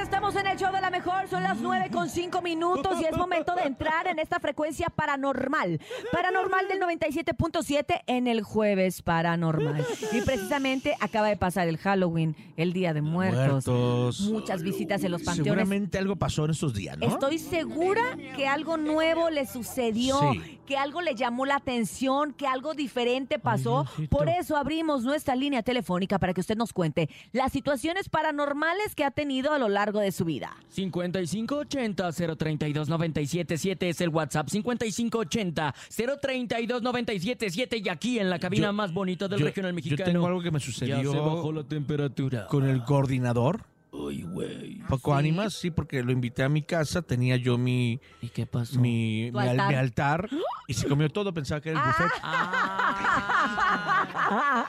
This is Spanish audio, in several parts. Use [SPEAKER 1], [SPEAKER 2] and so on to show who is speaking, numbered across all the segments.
[SPEAKER 1] estamos en el show de la mejor, son las 9 con 5 minutos y es momento de entrar en esta frecuencia paranormal. Paranormal del 97.7 en el jueves paranormal. Y precisamente acaba de pasar el Halloween, el Día de Muertos.
[SPEAKER 2] Muertos.
[SPEAKER 1] Muchas visitas en los panteones.
[SPEAKER 2] Seguramente algo pasó en estos días, ¿no?
[SPEAKER 1] Estoy segura que algo nuevo le sucedió,
[SPEAKER 2] Sí.
[SPEAKER 1] que algo le llamó la atención, que algo diferente pasó.
[SPEAKER 2] Diosito.
[SPEAKER 1] Por eso abrimos nuestra línea telefónica para que usted nos cuente las situaciones paranormales que ha tenido a lo largo de su vida.
[SPEAKER 3] 5580-032-977 es el WhatsApp. 5580-032-977 y aquí en la cabina
[SPEAKER 2] Yo-
[SPEAKER 3] más bonita del
[SPEAKER 2] yo-
[SPEAKER 3] regional mexicano.
[SPEAKER 2] Yo tengo algo que me
[SPEAKER 3] Ya se bajó
[SPEAKER 2] sucedió
[SPEAKER 3] la temperatura.
[SPEAKER 2] con el coordinador.
[SPEAKER 3] Uy, güey.
[SPEAKER 2] Paco
[SPEAKER 1] ¿sí?
[SPEAKER 2] Ánimas, sí, porque lo invité a mi casa, tenía yo mi,
[SPEAKER 3] ¿Y qué pasó?
[SPEAKER 2] mi,
[SPEAKER 1] Tu
[SPEAKER 2] mi al- mi
[SPEAKER 1] altar.
[SPEAKER 2] altar. y se comió todo, pensaba que era el buffet.
[SPEAKER 3] Ah,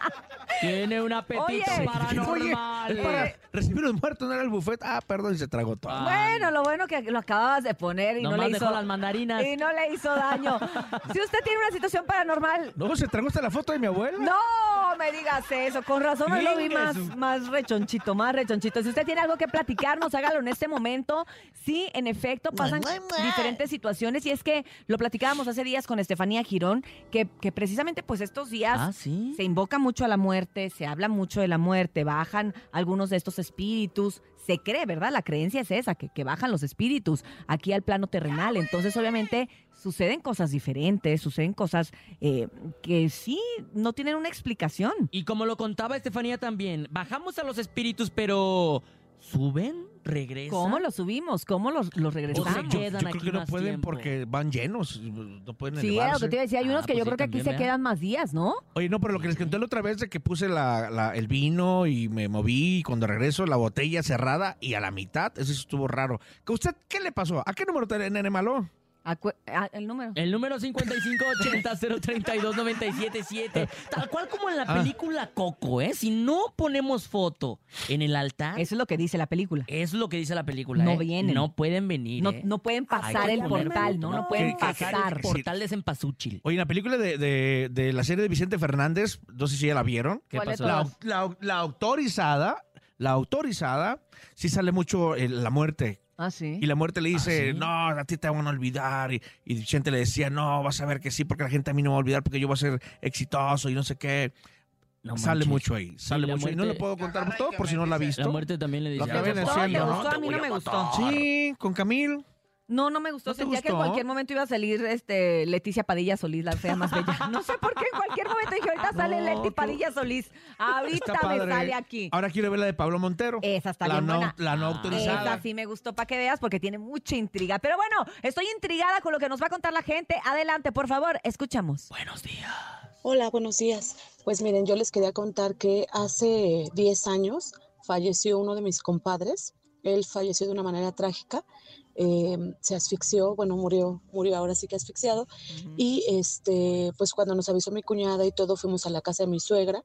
[SPEAKER 3] tiene un apetito
[SPEAKER 1] Oye,
[SPEAKER 2] Oye,
[SPEAKER 3] paranormal.
[SPEAKER 2] es
[SPEAKER 1] Eh,
[SPEAKER 2] para recibir los muertos, no era el buffet. Ah, perdón, y se tragó todo.
[SPEAKER 3] Ah.
[SPEAKER 1] Bueno, lo bueno que lo acababas de poner y no,
[SPEAKER 3] Nomás
[SPEAKER 1] le
[SPEAKER 3] dejó
[SPEAKER 1] hizo
[SPEAKER 3] las mandarinas.
[SPEAKER 1] y no le hizo daño. si usted tiene una situación paranormal,
[SPEAKER 2] No, se tragó hasta la foto de mi abuela.
[SPEAKER 1] No me digas eso, con razón hoy lo vi
[SPEAKER 2] Venga,
[SPEAKER 1] más,
[SPEAKER 2] su-
[SPEAKER 1] más rechonchito, más rechonchito. Si usted tiene algo que platicarnos, hágalo en este momento. Sí, en efecto, pasan diferentes situaciones y es que lo platicábamos hace días con Estefanía Girón, que, que precisamente pues estos días
[SPEAKER 3] Ah, sí.
[SPEAKER 1] se invoca mucho a la muerte, se habla mucho de la muerte, bajan algunos de estos espíritus. Se cree, ¿verdad? La creencia es esa, que, que bajan los espíritus aquí al plano terrenal. Entonces, obviamente, suceden cosas diferentes, suceden cosas eh, que sí no tienen una explicación.
[SPEAKER 3] Y como lo contaba Estefanía también, bajamos a los espíritus, pero ¿suben? ¿Regresan?
[SPEAKER 1] ¿Cómo los subimos? ¿Cómo los, los
[SPEAKER 2] Yo,
[SPEAKER 3] Está-
[SPEAKER 2] creo-
[SPEAKER 1] regresamos?
[SPEAKER 2] yo- yo
[SPEAKER 3] Quedan
[SPEAKER 2] creo
[SPEAKER 3] aquí
[SPEAKER 2] que no
[SPEAKER 3] más
[SPEAKER 2] pueden
[SPEAKER 3] tiempo.
[SPEAKER 2] porque van llenos, no pueden
[SPEAKER 1] Sí, es lo
[SPEAKER 2] elevarse.
[SPEAKER 1] que te iba a decir. Hay
[SPEAKER 3] Ah,
[SPEAKER 1] unos que
[SPEAKER 3] pues
[SPEAKER 1] yo
[SPEAKER 3] sí,
[SPEAKER 1] creo que aquí
[SPEAKER 3] también,
[SPEAKER 1] se
[SPEAKER 3] ¿eh?
[SPEAKER 1] quedan más días, ¿no?
[SPEAKER 2] Oye, no, pero lo que les conté la otra vez de que puse la, la- el vino y me moví y cuando regreso la botella cerrada y a la mitad, eso sí estuvo raro. ¿Que usted qué le pasó? ¿A qué número te nene malo?
[SPEAKER 1] Acu- ah, el número.
[SPEAKER 3] El número 5580-032-977. Tal cual como en la
[SPEAKER 2] Ah.
[SPEAKER 3] película Coco, ¿eh? Si no ponemos foto en el altar, es,
[SPEAKER 1] Eso es lo que dice la película.
[SPEAKER 3] lo que dice la película.
[SPEAKER 1] No
[SPEAKER 3] ¿eh?
[SPEAKER 1] vienen.
[SPEAKER 3] No pueden venir.
[SPEAKER 1] No,
[SPEAKER 3] ¿eh?
[SPEAKER 1] no pueden
[SPEAKER 3] Hay
[SPEAKER 1] pasar
[SPEAKER 3] que
[SPEAKER 1] el
[SPEAKER 3] poner
[SPEAKER 1] portal,
[SPEAKER 3] foto,
[SPEAKER 1] ¿no? No pueden
[SPEAKER 2] Que- que- que-
[SPEAKER 1] pasar.
[SPEAKER 3] El portal de Cempasúchil.
[SPEAKER 2] Oye, en la película de, de- de la serie de Vicente Fernández, no sé si ya la vieron,
[SPEAKER 3] ¿Qué
[SPEAKER 1] ¿Cuál de
[SPEAKER 3] pasó?
[SPEAKER 2] la, au- la au- la autorizada, la autorizada, sí sale mucho eh, la muerte.
[SPEAKER 1] Ah, sí.
[SPEAKER 2] Y la muerte le dice,
[SPEAKER 3] ¿sí?
[SPEAKER 2] no, a ti te van a olvidar. Y, y Vicente le decía, no, vas a ver que sí, porque la gente a mí no me va a olvidar, porque yo voy a ser exitoso y no sé qué.
[SPEAKER 3] No
[SPEAKER 2] sale
[SPEAKER 3] manches.
[SPEAKER 2] mucho ahí, sale
[SPEAKER 3] la
[SPEAKER 2] mucho. Y no
[SPEAKER 3] muerte-
[SPEAKER 2] le puedo contar todo por si no la ha
[SPEAKER 3] La
[SPEAKER 2] visto.
[SPEAKER 3] muerte también le
[SPEAKER 2] Lo
[SPEAKER 3] dice. "Ah,
[SPEAKER 2] que viene
[SPEAKER 1] gustó,
[SPEAKER 2] siendo,
[SPEAKER 1] le
[SPEAKER 2] ¿no?
[SPEAKER 1] Pues, gustó, a mí no me gustó.
[SPEAKER 2] Sí, con Camil.
[SPEAKER 1] No, no me gustó.
[SPEAKER 2] ¿No te
[SPEAKER 1] Sentía que en
[SPEAKER 2] gustó?
[SPEAKER 1] cualquier momento iba a salir este Leticia Padilla Solís, la fea más bella. No sé por qué en cualquier momento dije, ahorita sale
[SPEAKER 2] No,
[SPEAKER 1] Leti
[SPEAKER 2] tú-
[SPEAKER 1] Padilla Solís. Ahorita
[SPEAKER 2] Está
[SPEAKER 1] me
[SPEAKER 2] padre.
[SPEAKER 1] sale aquí.
[SPEAKER 2] Ahora quiero ver la de Pablo Montero.
[SPEAKER 1] Esa Eh, está
[SPEAKER 2] La
[SPEAKER 1] bien
[SPEAKER 2] no,
[SPEAKER 1] buena.
[SPEAKER 2] la no
[SPEAKER 3] Ah.
[SPEAKER 2] autorizada.
[SPEAKER 1] Esa sí me gustó para que veas porque tiene mucha intriga. Pero bueno, estoy intrigada con lo que nos va a contar la gente. Adelante, por favor, escuchamos.
[SPEAKER 3] Buenos días.
[SPEAKER 4] Hola, buenos días. Pues miren, yo les quería contar que hace 10 años falleció uno de mis compadres. Él falleció de una manera trágica. eh, se asfixió, bueno, murió, murió ahora sí que asfixiado. Y este, pues cuando nos avisó mi cuñada y todo, fuimos a la casa de mi suegra.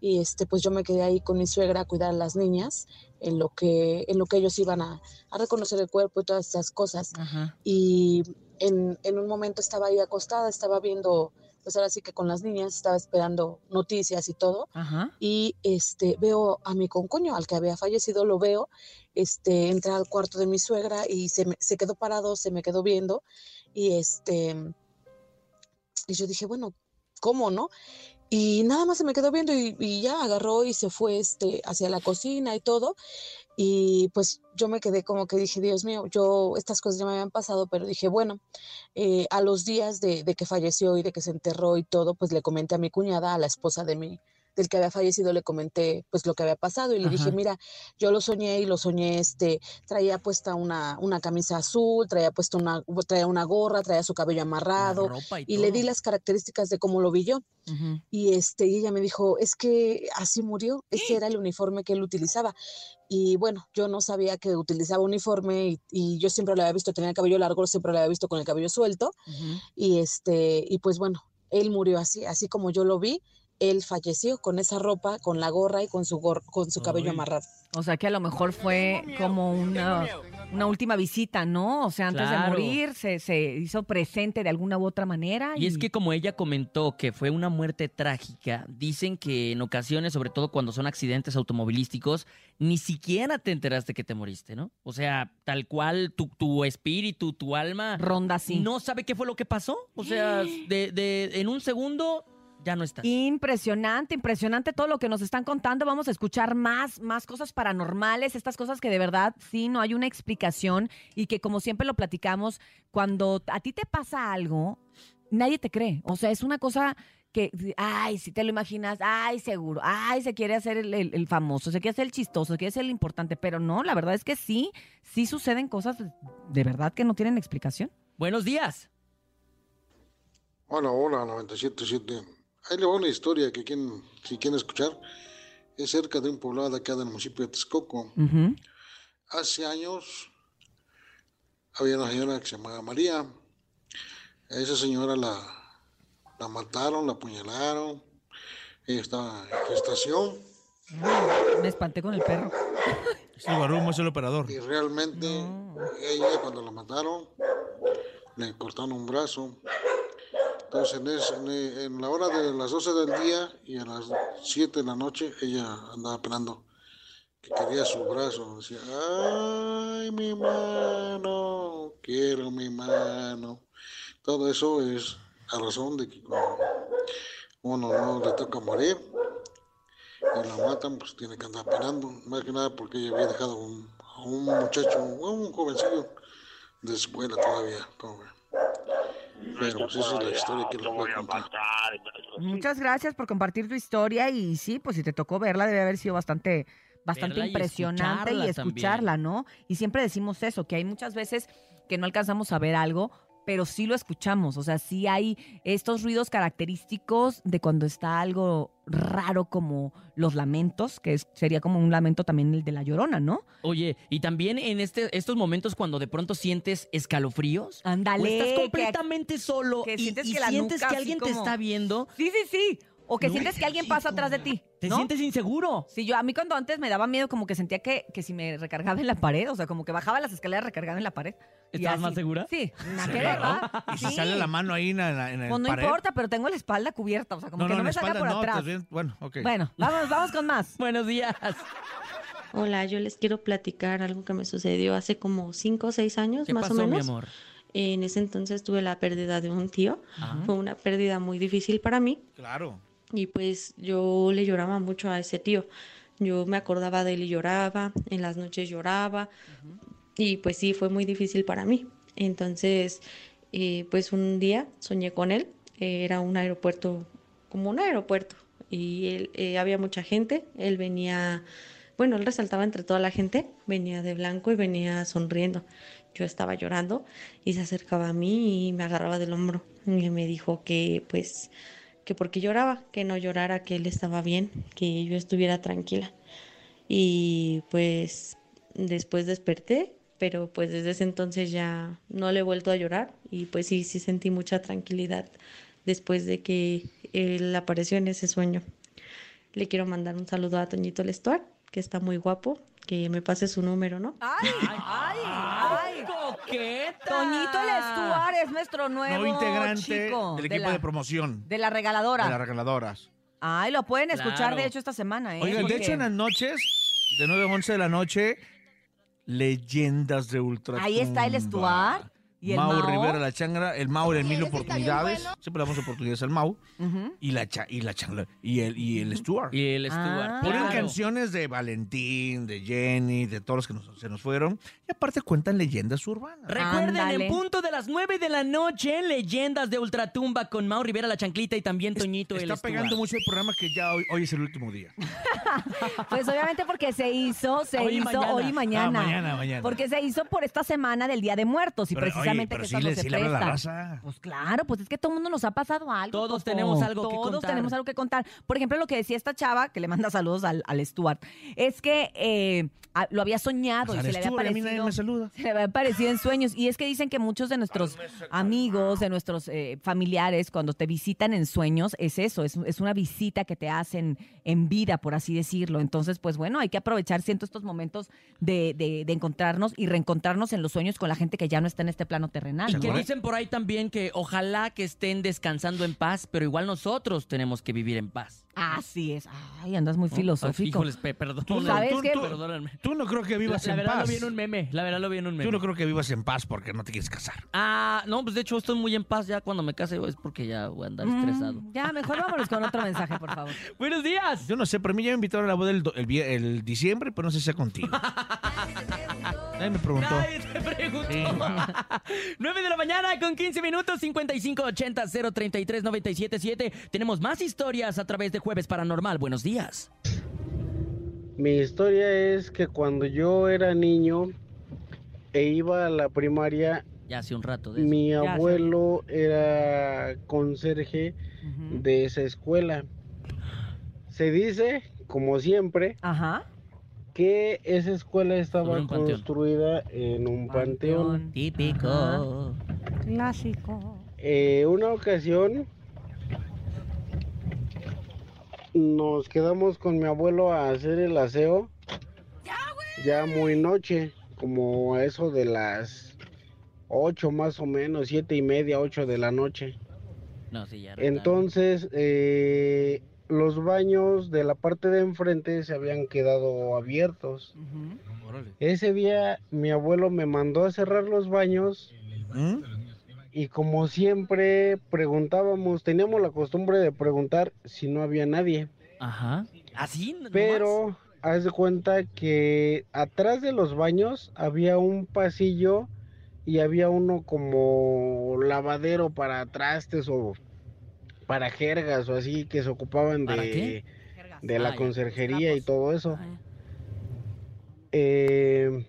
[SPEAKER 4] Y este, pues yo me quedé ahí con mi suegra a cuidar a las niñas en lo que, en lo que ellos iban a, a reconocer el cuerpo y todas esas cosas
[SPEAKER 1] Ajá.
[SPEAKER 4] y en, en un momento estaba ahí acostada, estaba viendo, pues ahora sí que con las niñas, estaba esperando noticias y todo,
[SPEAKER 1] Ajá.
[SPEAKER 4] y este, veo a mi concuño, al que había fallecido, lo veo, este, entra al cuarto de mi suegra y se, me- se quedó parado, se me quedó viendo, y este, y yo dije, bueno, ¿cómo no? Y nada más se me quedó viendo y, y ya agarró y se fue este, hacia la cocina y todo. Y pues yo me quedé como que dije, Dios mío, yo estas cosas ya me habían pasado, pero dije, bueno, eh, a los días de, de que falleció y de que se enterró y todo, pues le comenté a mi cuñada, a la esposa de mi, del que había fallecido, le comenté pues lo que había pasado y le
[SPEAKER 3] Ajá.
[SPEAKER 4] dije, mira, yo lo soñé y lo soñé, este, traía puesta una, una camisa azul, traía puesta una, traía una gorra, traía su cabello amarrado.
[SPEAKER 3] La ropa
[SPEAKER 4] Y le
[SPEAKER 3] todo.
[SPEAKER 4] di las características de cómo lo vi yo. Y este, y ella me dijo, es que así murió, ese era el uniforme que él utilizaba. Y bueno, yo no sabía que utilizaba uniforme y, y yo siempre lo había visto, tenía el cabello largo, siempre lo había visto con el cabello suelto. Y este, y pues bueno, él murió así, así como yo lo vi, él falleció con esa ropa, con la gorra y con su gor- con su cabello
[SPEAKER 3] Ay.
[SPEAKER 4] amarrado.
[SPEAKER 1] O sea que a lo mejor fue como una una última visita, ¿no? O sea, antes de
[SPEAKER 3] Claro.
[SPEAKER 1] morir se, se hizo presente de alguna u otra manera.
[SPEAKER 3] Y es que como ella comentó que fue una muerte trágica, dicen que en ocasiones, sobre todo cuando son accidentes automovilísticos, ni siquiera te enteraste que te moriste, ¿no? O sea, tal cual tu, tu espíritu, tu alma,
[SPEAKER 1] ronda así.
[SPEAKER 3] no sabe qué fue lo que pasó. O sea, de, de- en un segundo ya no estás.
[SPEAKER 1] Impresionante, impresionante todo lo que nos están contando. Vamos a escuchar más, más cosas paranormales, estas cosas que de verdad sí no hay una explicación y que como siempre lo platicamos, cuando a ti te pasa algo, nadie te cree. O sea, es una cosa que, ay, si te lo imaginas, ay, seguro, ay, se quiere hacer el, el- el famoso, se quiere hacer el chistoso, se quiere hacer el importante, pero no, la verdad es que sí, sí suceden cosas de verdad que no tienen explicación.
[SPEAKER 3] Buenos días.
[SPEAKER 5] Hola, hola, 977. Ahí le va una historia que quien, si quieren escuchar, es cerca de un poblado de acá del municipio de Texcoco.
[SPEAKER 1] Ujú.
[SPEAKER 5] Hace años había una señora que se llamaba María. A Esa señora la, la mataron, la apuñalaron. Ella estaba en gestación
[SPEAKER 1] Me espanté con el perro.
[SPEAKER 2] Es el Guarumo, es el operador.
[SPEAKER 5] y realmente
[SPEAKER 1] No.
[SPEAKER 5] ella cuando la mataron le cortaron un brazo. Entonces en, es- en, eh, en la hora de las 12 del día y a las 7 de la noche ella andaba penando que quería su brazo. Decía, ay, mi mano, quiero mi mano. Todo eso es a razón de que cuando uno no le toca morir y la matan, pues tiene que andar penando. Más que nada porque ella había dejado un- a un muchacho, un jovencillo de escuela todavía. como ve. Pero pues esa es la historia que les voy a contar.
[SPEAKER 3] Pues
[SPEAKER 1] Muchas gracias por compartir tu historia y sí, pues si te tocó verla debe haber sido bastante bastante
[SPEAKER 3] Verla y
[SPEAKER 1] impresionante y
[SPEAKER 3] escucharla
[SPEAKER 1] escucharla, ¿no? Y siempre decimos eso, que hay muchas veces que no alcanzamos a ver algo, pero sí lo escuchamos, o sea, sí hay estos ruidos característicos de cuando está algo raro como los lamentos, que es- sería como un lamento también el de la llorona, ¿no?
[SPEAKER 3] Oye, y también en este, estos momentos cuando de pronto sientes escalofríos.
[SPEAKER 1] Ándale,
[SPEAKER 3] o estás
[SPEAKER 1] que-
[SPEAKER 3] completamente solo
[SPEAKER 1] que
[SPEAKER 3] y
[SPEAKER 1] sientes
[SPEAKER 3] y
[SPEAKER 1] que la
[SPEAKER 3] sientes
[SPEAKER 1] nuca
[SPEAKER 3] que
[SPEAKER 1] así
[SPEAKER 3] alguien te
[SPEAKER 1] como-
[SPEAKER 3] está viendo,
[SPEAKER 1] Sí, sí, sí, o que
[SPEAKER 3] No,
[SPEAKER 1] sientes que alguien pasa atrás de ti,
[SPEAKER 3] te
[SPEAKER 1] ¿no?
[SPEAKER 3] sientes inseguro.
[SPEAKER 1] Sí, yo a mí cuando antes me daba miedo, como que sentía que, que si me recargaba en la pared, o sea, como que bajaba las escaleras recargaba en la pared. Y
[SPEAKER 3] ¿Estás
[SPEAKER 1] así.
[SPEAKER 3] más segura?
[SPEAKER 1] Sí, nada que
[SPEAKER 2] claro.
[SPEAKER 1] ver, ¿verdad?
[SPEAKER 2] Y si
[SPEAKER 1] Sí.
[SPEAKER 2] sale la mano ahí en, la- en el
[SPEAKER 1] Pues no
[SPEAKER 2] pared.
[SPEAKER 1] importa, pero tengo la espalda cubierta, o sea, como que no,
[SPEAKER 2] en la
[SPEAKER 1] me salga
[SPEAKER 2] espalda
[SPEAKER 1] por
[SPEAKER 2] no,
[SPEAKER 1] atrás.
[SPEAKER 2] estás bien. Bueno, ok.
[SPEAKER 1] Bueno, vamos, vamos con más.
[SPEAKER 3] Buenos días.
[SPEAKER 6] Hola, yo les quiero platicar algo que me sucedió hace como cinco o seis años,
[SPEAKER 3] ¿Qué
[SPEAKER 6] más
[SPEAKER 3] pasó,
[SPEAKER 6] o
[SPEAKER 3] mi
[SPEAKER 6] menos.
[SPEAKER 3] amor?
[SPEAKER 6] En ese entonces tuve la pérdida de un tío.
[SPEAKER 3] Ah.
[SPEAKER 6] Fue una pérdida muy difícil para mí
[SPEAKER 2] Claro.
[SPEAKER 6] y pues yo le lloraba mucho a ese tío. Yo me acordaba de él y lloraba, en las noches lloraba y pues sí, fue muy difícil para mí. Entonces, eh, pues un día soñé con él, eh, era un aeropuerto, como un aeropuerto y él, eh, había mucha gente, él venía, bueno, él resaltaba entre toda la gente, venía de blanco y venía sonriendo. Yo estaba llorando y se acercaba a mí y me agarraba del hombro y me dijo que pues que porque lloraba, que no llorara, que él estaba bien, que yo estuviera tranquila. Y pues después desperté, pero pues desde ese entonces ya no le he vuelto a llorar y pues sí, sí sentí mucha tranquilidad después de que él apareció en ese sueño. Le quiero mandar un saludo a Toñito Lestuar, que está muy guapo, que me pase su número, ¿no?
[SPEAKER 1] ¡Ay, ay, ay!
[SPEAKER 3] ¡Coqueta!
[SPEAKER 1] Toñito Lestuar es nuestro nuevo
[SPEAKER 2] no integrante
[SPEAKER 1] chico
[SPEAKER 2] del equipo
[SPEAKER 1] la,
[SPEAKER 2] de promoción.
[SPEAKER 1] de la regaladora.
[SPEAKER 2] De las regaladoras.
[SPEAKER 1] Ay, lo pueden escuchar,
[SPEAKER 3] Claro.
[SPEAKER 1] de hecho, esta semana, ¿eh?
[SPEAKER 2] Oigan, de
[SPEAKER 1] Porque
[SPEAKER 2] hecho, en las noches, de 9 a 11 de la noche, leyendas de ultra.
[SPEAKER 1] Ahí está el Estuar y el
[SPEAKER 2] Mau
[SPEAKER 1] Mao.
[SPEAKER 2] Rivera, la changra, el Mau de mil oportunidades. Siempre le damos oportunidades al Mau.
[SPEAKER 1] Ujú.
[SPEAKER 2] Y la, cha- y la changra. Y el, y el Stuart.
[SPEAKER 3] Y el Stuart.
[SPEAKER 1] Ah.
[SPEAKER 2] Ponen
[SPEAKER 1] Claro.
[SPEAKER 2] canciones de Valentín, de Jenny, de todos los que nos- se nos fueron. Y aparte cuentan leyendas urbanas.
[SPEAKER 3] Recuerden,
[SPEAKER 1] Ándale.
[SPEAKER 3] en punto de las 9 de la noche, Leyendas de Ultratumba con Mau Rivera la Chanclita y también Toñito el
[SPEAKER 2] Está
[SPEAKER 3] Stuart.
[SPEAKER 2] pegando mucho el programa que ya hoy, hoy es el último día.
[SPEAKER 1] Pues obviamente porque se hizo, se
[SPEAKER 3] Hoy y
[SPEAKER 1] hizo
[SPEAKER 3] mañana.
[SPEAKER 1] hoy y mañana.
[SPEAKER 2] Ah, mañana, mañana.
[SPEAKER 1] Porque se hizo por esta semana del Día de Muertos y
[SPEAKER 2] Pero hoy es el
[SPEAKER 1] obviamente
[SPEAKER 2] pero
[SPEAKER 1] que
[SPEAKER 2] sí
[SPEAKER 1] eso no
[SPEAKER 2] le,
[SPEAKER 1] se
[SPEAKER 2] sí le habla a la
[SPEAKER 1] presta.
[SPEAKER 2] raza.
[SPEAKER 1] Pues claro, pues es que todo el mundo nos ha pasado algo. Coco.
[SPEAKER 3] Todos tenemos algo que
[SPEAKER 1] Todos
[SPEAKER 3] contar.
[SPEAKER 1] tenemos algo que contar. Por ejemplo, lo que decía esta chava, que le manda saludos al, al Stuart, es que eh, a- lo había soñado
[SPEAKER 2] Pues
[SPEAKER 1] y
[SPEAKER 2] al
[SPEAKER 1] se le había
[SPEAKER 2] Stuart, a mí nadie
[SPEAKER 1] parecido.
[SPEAKER 2] me saluda.
[SPEAKER 1] Se le había parecido en sueños. Y es que dicen que muchos de nuestros amigos, de nuestros eh, familiares, cuando te visitan en sueños, es eso, es, es una visita que te hacen en vida, por así decirlo. Entonces, pues bueno, hay que aprovechar, siento, estos momentos de, de- de encontrarnos y reencontrarnos en los sueños con la gente que ya no está en este plano terrenal.
[SPEAKER 3] Y
[SPEAKER 1] ¿no?
[SPEAKER 3] que
[SPEAKER 2] ¿Seguro?
[SPEAKER 3] dicen por ahí también que ojalá que estén descansando en paz, pero igual nosotros tenemos que vivir en paz.
[SPEAKER 1] Así es. Ay, andas muy
[SPEAKER 3] ¿no?
[SPEAKER 1] filosófico.
[SPEAKER 3] Híjoles, pe- perdón.
[SPEAKER 1] Tú sabes
[SPEAKER 3] Tú-
[SPEAKER 1] que-
[SPEAKER 3] tú- perdónenme.
[SPEAKER 2] Tú no creo que
[SPEAKER 3] La,
[SPEAKER 2] vivas
[SPEAKER 3] la
[SPEAKER 2] en
[SPEAKER 3] verdad
[SPEAKER 2] paz.
[SPEAKER 3] lo vi en un meme, la verdad lo vi en un meme.
[SPEAKER 2] Tú no creo que vivas en paz porque no te quieres casar.
[SPEAKER 3] Ah, no, pues de hecho estoy muy en paz ya cuando me case, es porque ya voy a andar
[SPEAKER 1] Mm,
[SPEAKER 3] estresado.
[SPEAKER 1] ya, mejor vámonos con otro mensaje, por favor.
[SPEAKER 3] Buenos días.
[SPEAKER 2] Yo no sé, pero a mí ya me invitaron a la boda el, do- el vie- el diciembre, pero no sé si sea contigo. Nadie me preguntó.
[SPEAKER 3] Nadie te preguntó. 9 de la mañana con 15 minutos 5580 033 977. Tenemos más historias a través de Jueves Paranormal. Buenos días.
[SPEAKER 7] Mi historia es que cuando yo era niño e iba a la primaria,
[SPEAKER 3] Ya hace un rato de eso.
[SPEAKER 7] mi
[SPEAKER 1] Pues, Ya, sí.
[SPEAKER 7] abuelo era conserje
[SPEAKER 1] Ujú.
[SPEAKER 7] de esa escuela. Se dice, como siempre,
[SPEAKER 1] Ajá.
[SPEAKER 7] que esa escuela
[SPEAKER 3] Sobre
[SPEAKER 7] estaba
[SPEAKER 3] un panteón.
[SPEAKER 7] construida en un panteón.
[SPEAKER 3] Típico.
[SPEAKER 1] Ajá.
[SPEAKER 8] Clásico.
[SPEAKER 7] Eh, una ocasión nos quedamos con mi abuelo a hacer el aseo. Ya muy noche, como a eso de las 8 más o menos, siete y media, 8 de la noche.
[SPEAKER 3] No, sí, ya. era tarde.
[SPEAKER 7] Entonces, eh, los baños de la parte de enfrente se habían quedado abiertos.
[SPEAKER 1] Ujú.
[SPEAKER 7] Ese día mi abuelo me mandó a cerrar los baños
[SPEAKER 2] ¿Mm?
[SPEAKER 7] y como siempre preguntábamos, teníamos la costumbre de preguntar si no había nadie,
[SPEAKER 3] Ajá. Así. nomás?
[SPEAKER 7] pero haz de cuenta que atrás de los baños había un pasillo y había uno como lavadero para trastes o para jergas o así que se ocupaban
[SPEAKER 3] ¿Para
[SPEAKER 7] de,
[SPEAKER 3] qué?
[SPEAKER 7] de
[SPEAKER 3] Ah,
[SPEAKER 7] la
[SPEAKER 3] ya, Ah,
[SPEAKER 7] conserjería y
[SPEAKER 1] trapos.
[SPEAKER 7] todo eso.
[SPEAKER 3] Ay.
[SPEAKER 7] Eh,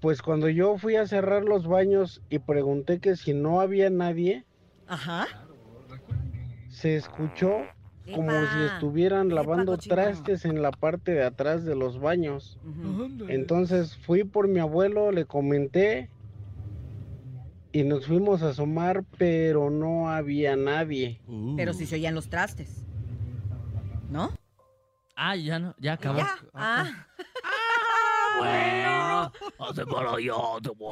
[SPEAKER 7] pues cuando yo fui a cerrar los baños y pregunté que si no había nadie,
[SPEAKER 1] Ajá.
[SPEAKER 7] se escuchó como si
[SPEAKER 1] Epa.
[SPEAKER 7] estuvieran
[SPEAKER 1] Epa,
[SPEAKER 7] lavando
[SPEAKER 1] cochino.
[SPEAKER 7] trastes en la parte de atrás de los baños.
[SPEAKER 1] Ujú.
[SPEAKER 7] Entonces fui por mi abuelo, le comenté y nos fuimos a asomar, pero no había nadie.
[SPEAKER 1] Pero
[SPEAKER 2] Mm.
[SPEAKER 1] si se oían los trastes. ¿No?
[SPEAKER 3] Ah, ya no, ya acabó.
[SPEAKER 1] Ya. Ah.
[SPEAKER 3] Bueno.
[SPEAKER 1] Te voy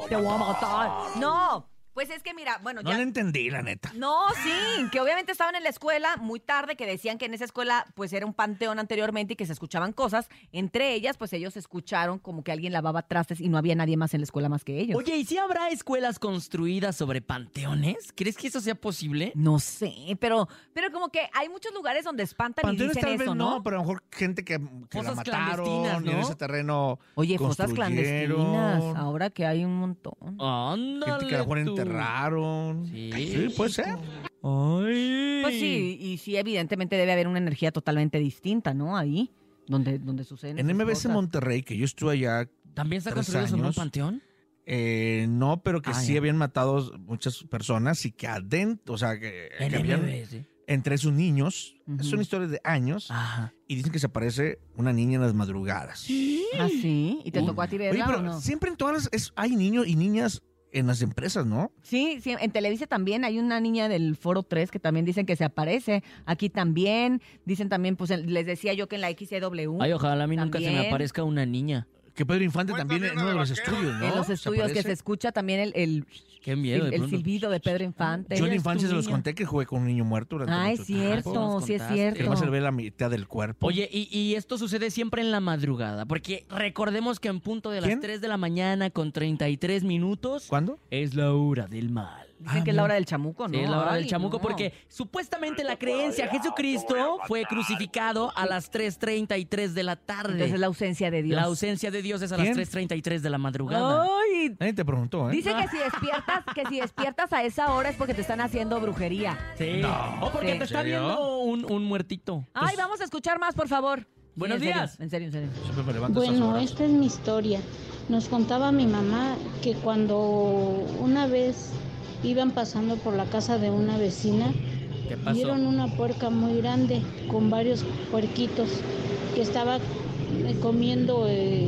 [SPEAKER 1] a matar. No. Pues es que mira, bueno,
[SPEAKER 2] No
[SPEAKER 1] ya.
[SPEAKER 2] le entendí, la neta.
[SPEAKER 1] No, sí, que obviamente estaban en la escuela muy tarde, que decían que en esa escuela pues era un panteón anteriormente y que se escuchaban cosas. Entre ellas, pues ellos escucharon como que alguien lavaba trastes y no había nadie más en la escuela más que ellos.
[SPEAKER 3] Oye, ¿y si habrá escuelas construidas sobre panteones? ¿Crees que eso sea posible?
[SPEAKER 1] No sé, pero, pero como que hay muchos lugares donde espantan
[SPEAKER 2] Panteones
[SPEAKER 1] y dicen
[SPEAKER 2] tal vez
[SPEAKER 1] eso,
[SPEAKER 2] no,
[SPEAKER 1] ¿no?
[SPEAKER 2] pero a lo mejor gente que, que la
[SPEAKER 3] Fosas
[SPEAKER 2] mataron
[SPEAKER 3] clandestinas,
[SPEAKER 2] y en
[SPEAKER 3] ¿no?
[SPEAKER 2] ese terreno
[SPEAKER 1] Oye, cosas
[SPEAKER 2] construyeron.
[SPEAKER 1] clandestinas, ahora que hay un montón.
[SPEAKER 3] Ándale
[SPEAKER 2] gente que a lo mejor
[SPEAKER 3] tú.
[SPEAKER 2] enterraron.
[SPEAKER 3] Sí.
[SPEAKER 2] puede ser.
[SPEAKER 3] Ay.
[SPEAKER 1] Pues sí, y sí, evidentemente debe haber una energía totalmente distinta, ¿no? Ahí, donde, donde suceden
[SPEAKER 2] En
[SPEAKER 1] esas
[SPEAKER 2] MBS
[SPEAKER 1] cosas.
[SPEAKER 2] Monterrey, que yo estuve allá,
[SPEAKER 3] ¿También está
[SPEAKER 2] Tres
[SPEAKER 3] construido sobre un
[SPEAKER 2] años.
[SPEAKER 3] panteón?
[SPEAKER 2] eh, no, pero que
[SPEAKER 3] Ah,
[SPEAKER 2] sí
[SPEAKER 3] ya.
[SPEAKER 2] habían matado muchas personas y que adentro, o sea, que, que
[SPEAKER 3] En
[SPEAKER 2] habían-
[SPEAKER 3] MBS.
[SPEAKER 2] entre sus niños, es
[SPEAKER 1] Ujú.
[SPEAKER 2] una historia de años,
[SPEAKER 3] Ajá.
[SPEAKER 2] y dicen que se aparece una niña en las madrugadas.
[SPEAKER 1] Ah, sí, y te tocó a ti
[SPEAKER 2] Oye,
[SPEAKER 1] verla
[SPEAKER 2] pero
[SPEAKER 1] o no?
[SPEAKER 2] siempre en todas las, es- hay niños y niñas en las empresas, ¿no?
[SPEAKER 1] Sí, sí, en Televisa también hay una niña del Foro 3 que también dicen que se aparece. Aquí también, dicen también, pues en- les decía yo que en la XCW.
[SPEAKER 3] Ay, ojalá a mí nunca se me
[SPEAKER 1] También.
[SPEAKER 3] aparezca una niña.
[SPEAKER 2] Que Pedro Infante también en uno de los estudios, ¿no?
[SPEAKER 1] en los
[SPEAKER 2] Se
[SPEAKER 1] estudios que se
[SPEAKER 2] aparece.
[SPEAKER 1] escucha también el, el,
[SPEAKER 3] Qué miedo.
[SPEAKER 1] el
[SPEAKER 3] de pronto.
[SPEAKER 1] silbido de Pedro Infante.
[SPEAKER 2] Yo en
[SPEAKER 3] Ella
[SPEAKER 2] la
[SPEAKER 3] es
[SPEAKER 2] infancia
[SPEAKER 3] tu
[SPEAKER 2] se los
[SPEAKER 3] niña.
[SPEAKER 2] conté que jugué con un niño muerto durante
[SPEAKER 1] Ah, es
[SPEAKER 2] mucho tiempo.
[SPEAKER 1] cierto, sí
[SPEAKER 3] Sí,
[SPEAKER 1] es
[SPEAKER 3] nos contaste.
[SPEAKER 1] cierto.
[SPEAKER 2] Que nomás se le ve la mitad del cuerpo.
[SPEAKER 3] Oye, y, y esto sucede siempre en la madrugada, porque recordemos que en punto de las
[SPEAKER 2] ¿Quién?
[SPEAKER 3] 3 de la mañana con 33 minutos
[SPEAKER 2] ¿Cuándo?
[SPEAKER 3] es la hora del mal.
[SPEAKER 1] Dicen
[SPEAKER 2] Ah,
[SPEAKER 1] que es la
[SPEAKER 2] mira.
[SPEAKER 1] hora del chamuco, ¿no?
[SPEAKER 3] Sí, es la hora del
[SPEAKER 1] Ay,
[SPEAKER 3] chamuco,
[SPEAKER 1] no.
[SPEAKER 3] porque supuestamente la creencia, Jesucristo fue crucificado a las 3.33 de la
[SPEAKER 1] Entonces es
[SPEAKER 3] tarde.
[SPEAKER 1] la ausencia de Dios. Oh.
[SPEAKER 3] La ausencia de Dios es a las
[SPEAKER 2] ¿Quién?
[SPEAKER 3] 3.33 de la madrugada.
[SPEAKER 1] Ay,
[SPEAKER 2] Nadie te preguntó, ¿eh?
[SPEAKER 1] dice que si despiertas, que si despiertas a esa hora es porque te están haciendo brujería.
[SPEAKER 3] Sí. o porque
[SPEAKER 1] Sí.
[SPEAKER 3] te está
[SPEAKER 2] ¿En serio?
[SPEAKER 3] viendo un, un muertito. Pues,
[SPEAKER 1] Ay,
[SPEAKER 3] Entonces,
[SPEAKER 1] vamos a escuchar más, por favor. Pues Sí,
[SPEAKER 3] Buenos
[SPEAKER 1] en serio,
[SPEAKER 3] días.
[SPEAKER 1] en serio, en serio.
[SPEAKER 2] Siempre me levanto a esas
[SPEAKER 9] Bueno,
[SPEAKER 2] horas.
[SPEAKER 9] esta es mi historia. Nos contaba mi mamá que cuando una vez iban pasando por la casa de una vecina,
[SPEAKER 3] ¿Qué pasó?
[SPEAKER 9] vieron una puerca muy grande con varios puerquitos que estaba eh, comiendo eh,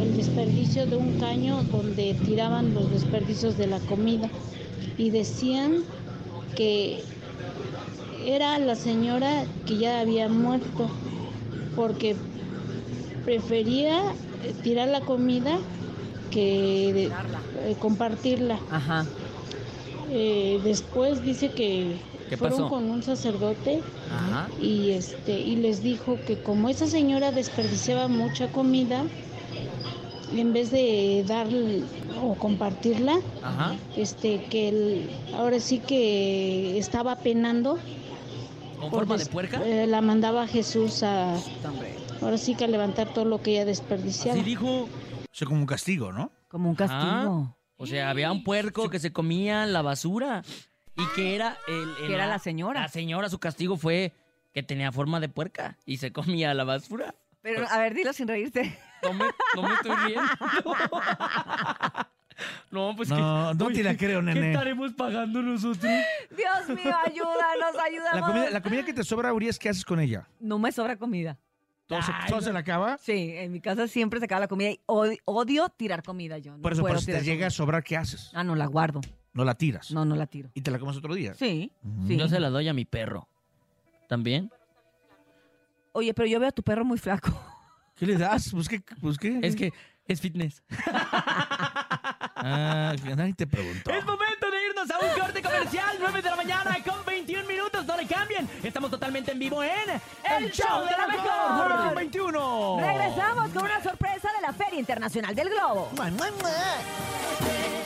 [SPEAKER 9] el desperdicio de un caño donde tiraban los desperdicios de la comida. Y decían que era la señora que ya había muerto porque prefería eh, tirar la comida que de- eh, compartirla.
[SPEAKER 1] Ajá.
[SPEAKER 9] Eh, después dice que
[SPEAKER 3] ¿Qué
[SPEAKER 9] fueron
[SPEAKER 3] pasó?
[SPEAKER 9] con un sacerdote
[SPEAKER 3] Ajá.
[SPEAKER 9] y este y les dijo que como esa señora desperdiciaba mucha comida en vez de darle o compartirla
[SPEAKER 3] Ajá.
[SPEAKER 9] este que él ahora sí que estaba penando
[SPEAKER 3] ¿Con
[SPEAKER 9] por
[SPEAKER 3] forma de
[SPEAKER 9] des-
[SPEAKER 3] puerca?
[SPEAKER 9] eh, la mandaba Jesús a
[SPEAKER 3] Hombre.
[SPEAKER 9] ahora sí que a levantar todo lo que ella
[SPEAKER 3] Así
[SPEAKER 9] desperdiciaba
[SPEAKER 3] dijo.
[SPEAKER 2] O sea, como un castigo, ¿no?
[SPEAKER 1] Como un castigo.
[SPEAKER 3] O sea, había un puerco que se comía la basura y que era el, el-
[SPEAKER 1] Que era la señora.
[SPEAKER 3] La señora, su castigo fue que tenía forma de puerca y se comía la basura.
[SPEAKER 1] Pero, a ver, dilo sin reírte.
[SPEAKER 3] No me, no me estoy riendo. No, pues
[SPEAKER 2] No,
[SPEAKER 3] que-
[SPEAKER 2] no te la creo, nene.
[SPEAKER 3] ¿Qué estaremos pagando nosotros?
[SPEAKER 1] Dios mío, ayúdanos, ayúdanos.
[SPEAKER 2] La comida, la comida que te sobra, Urias, ¿qué haces con ella?
[SPEAKER 1] No me sobra comida.
[SPEAKER 2] ¿Todo, se,
[SPEAKER 3] Ay,
[SPEAKER 2] todo
[SPEAKER 3] no.
[SPEAKER 2] se la acaba?
[SPEAKER 1] Sí, en mi casa siempre se acaba la comida y od- odio tirar comida yo. No
[SPEAKER 2] Por eso,
[SPEAKER 1] puedo
[SPEAKER 2] pero si te
[SPEAKER 1] tirar
[SPEAKER 2] llega a
[SPEAKER 1] comida.
[SPEAKER 2] sobrar, ¿qué haces?
[SPEAKER 1] Ah, no, la guardo.
[SPEAKER 2] No la tiras.
[SPEAKER 1] No, no la tiro.
[SPEAKER 2] Y te la comes otro día.
[SPEAKER 1] Sí,
[SPEAKER 2] Mm.
[SPEAKER 1] sí.
[SPEAKER 3] Yo se la doy a mi perro. ¿También?
[SPEAKER 1] Oye, pero yo veo a tu perro muy flaco.
[SPEAKER 2] ¿Qué le das? Pues qué, pues qué.
[SPEAKER 3] Es que es fitness.
[SPEAKER 2] Ah, que nadie te preguntó.
[SPEAKER 3] Es momento de irnos a un corte comercial, 9 de la mañana con 21 minutos, no le cambien. Estamos totalmente en vivo en
[SPEAKER 1] El Show de la Mejor.
[SPEAKER 3] 9 con 21.
[SPEAKER 1] Oh. Regresamos con una sorpresa de la Feria Internacional del Globo.
[SPEAKER 2] Mua, mua, mua.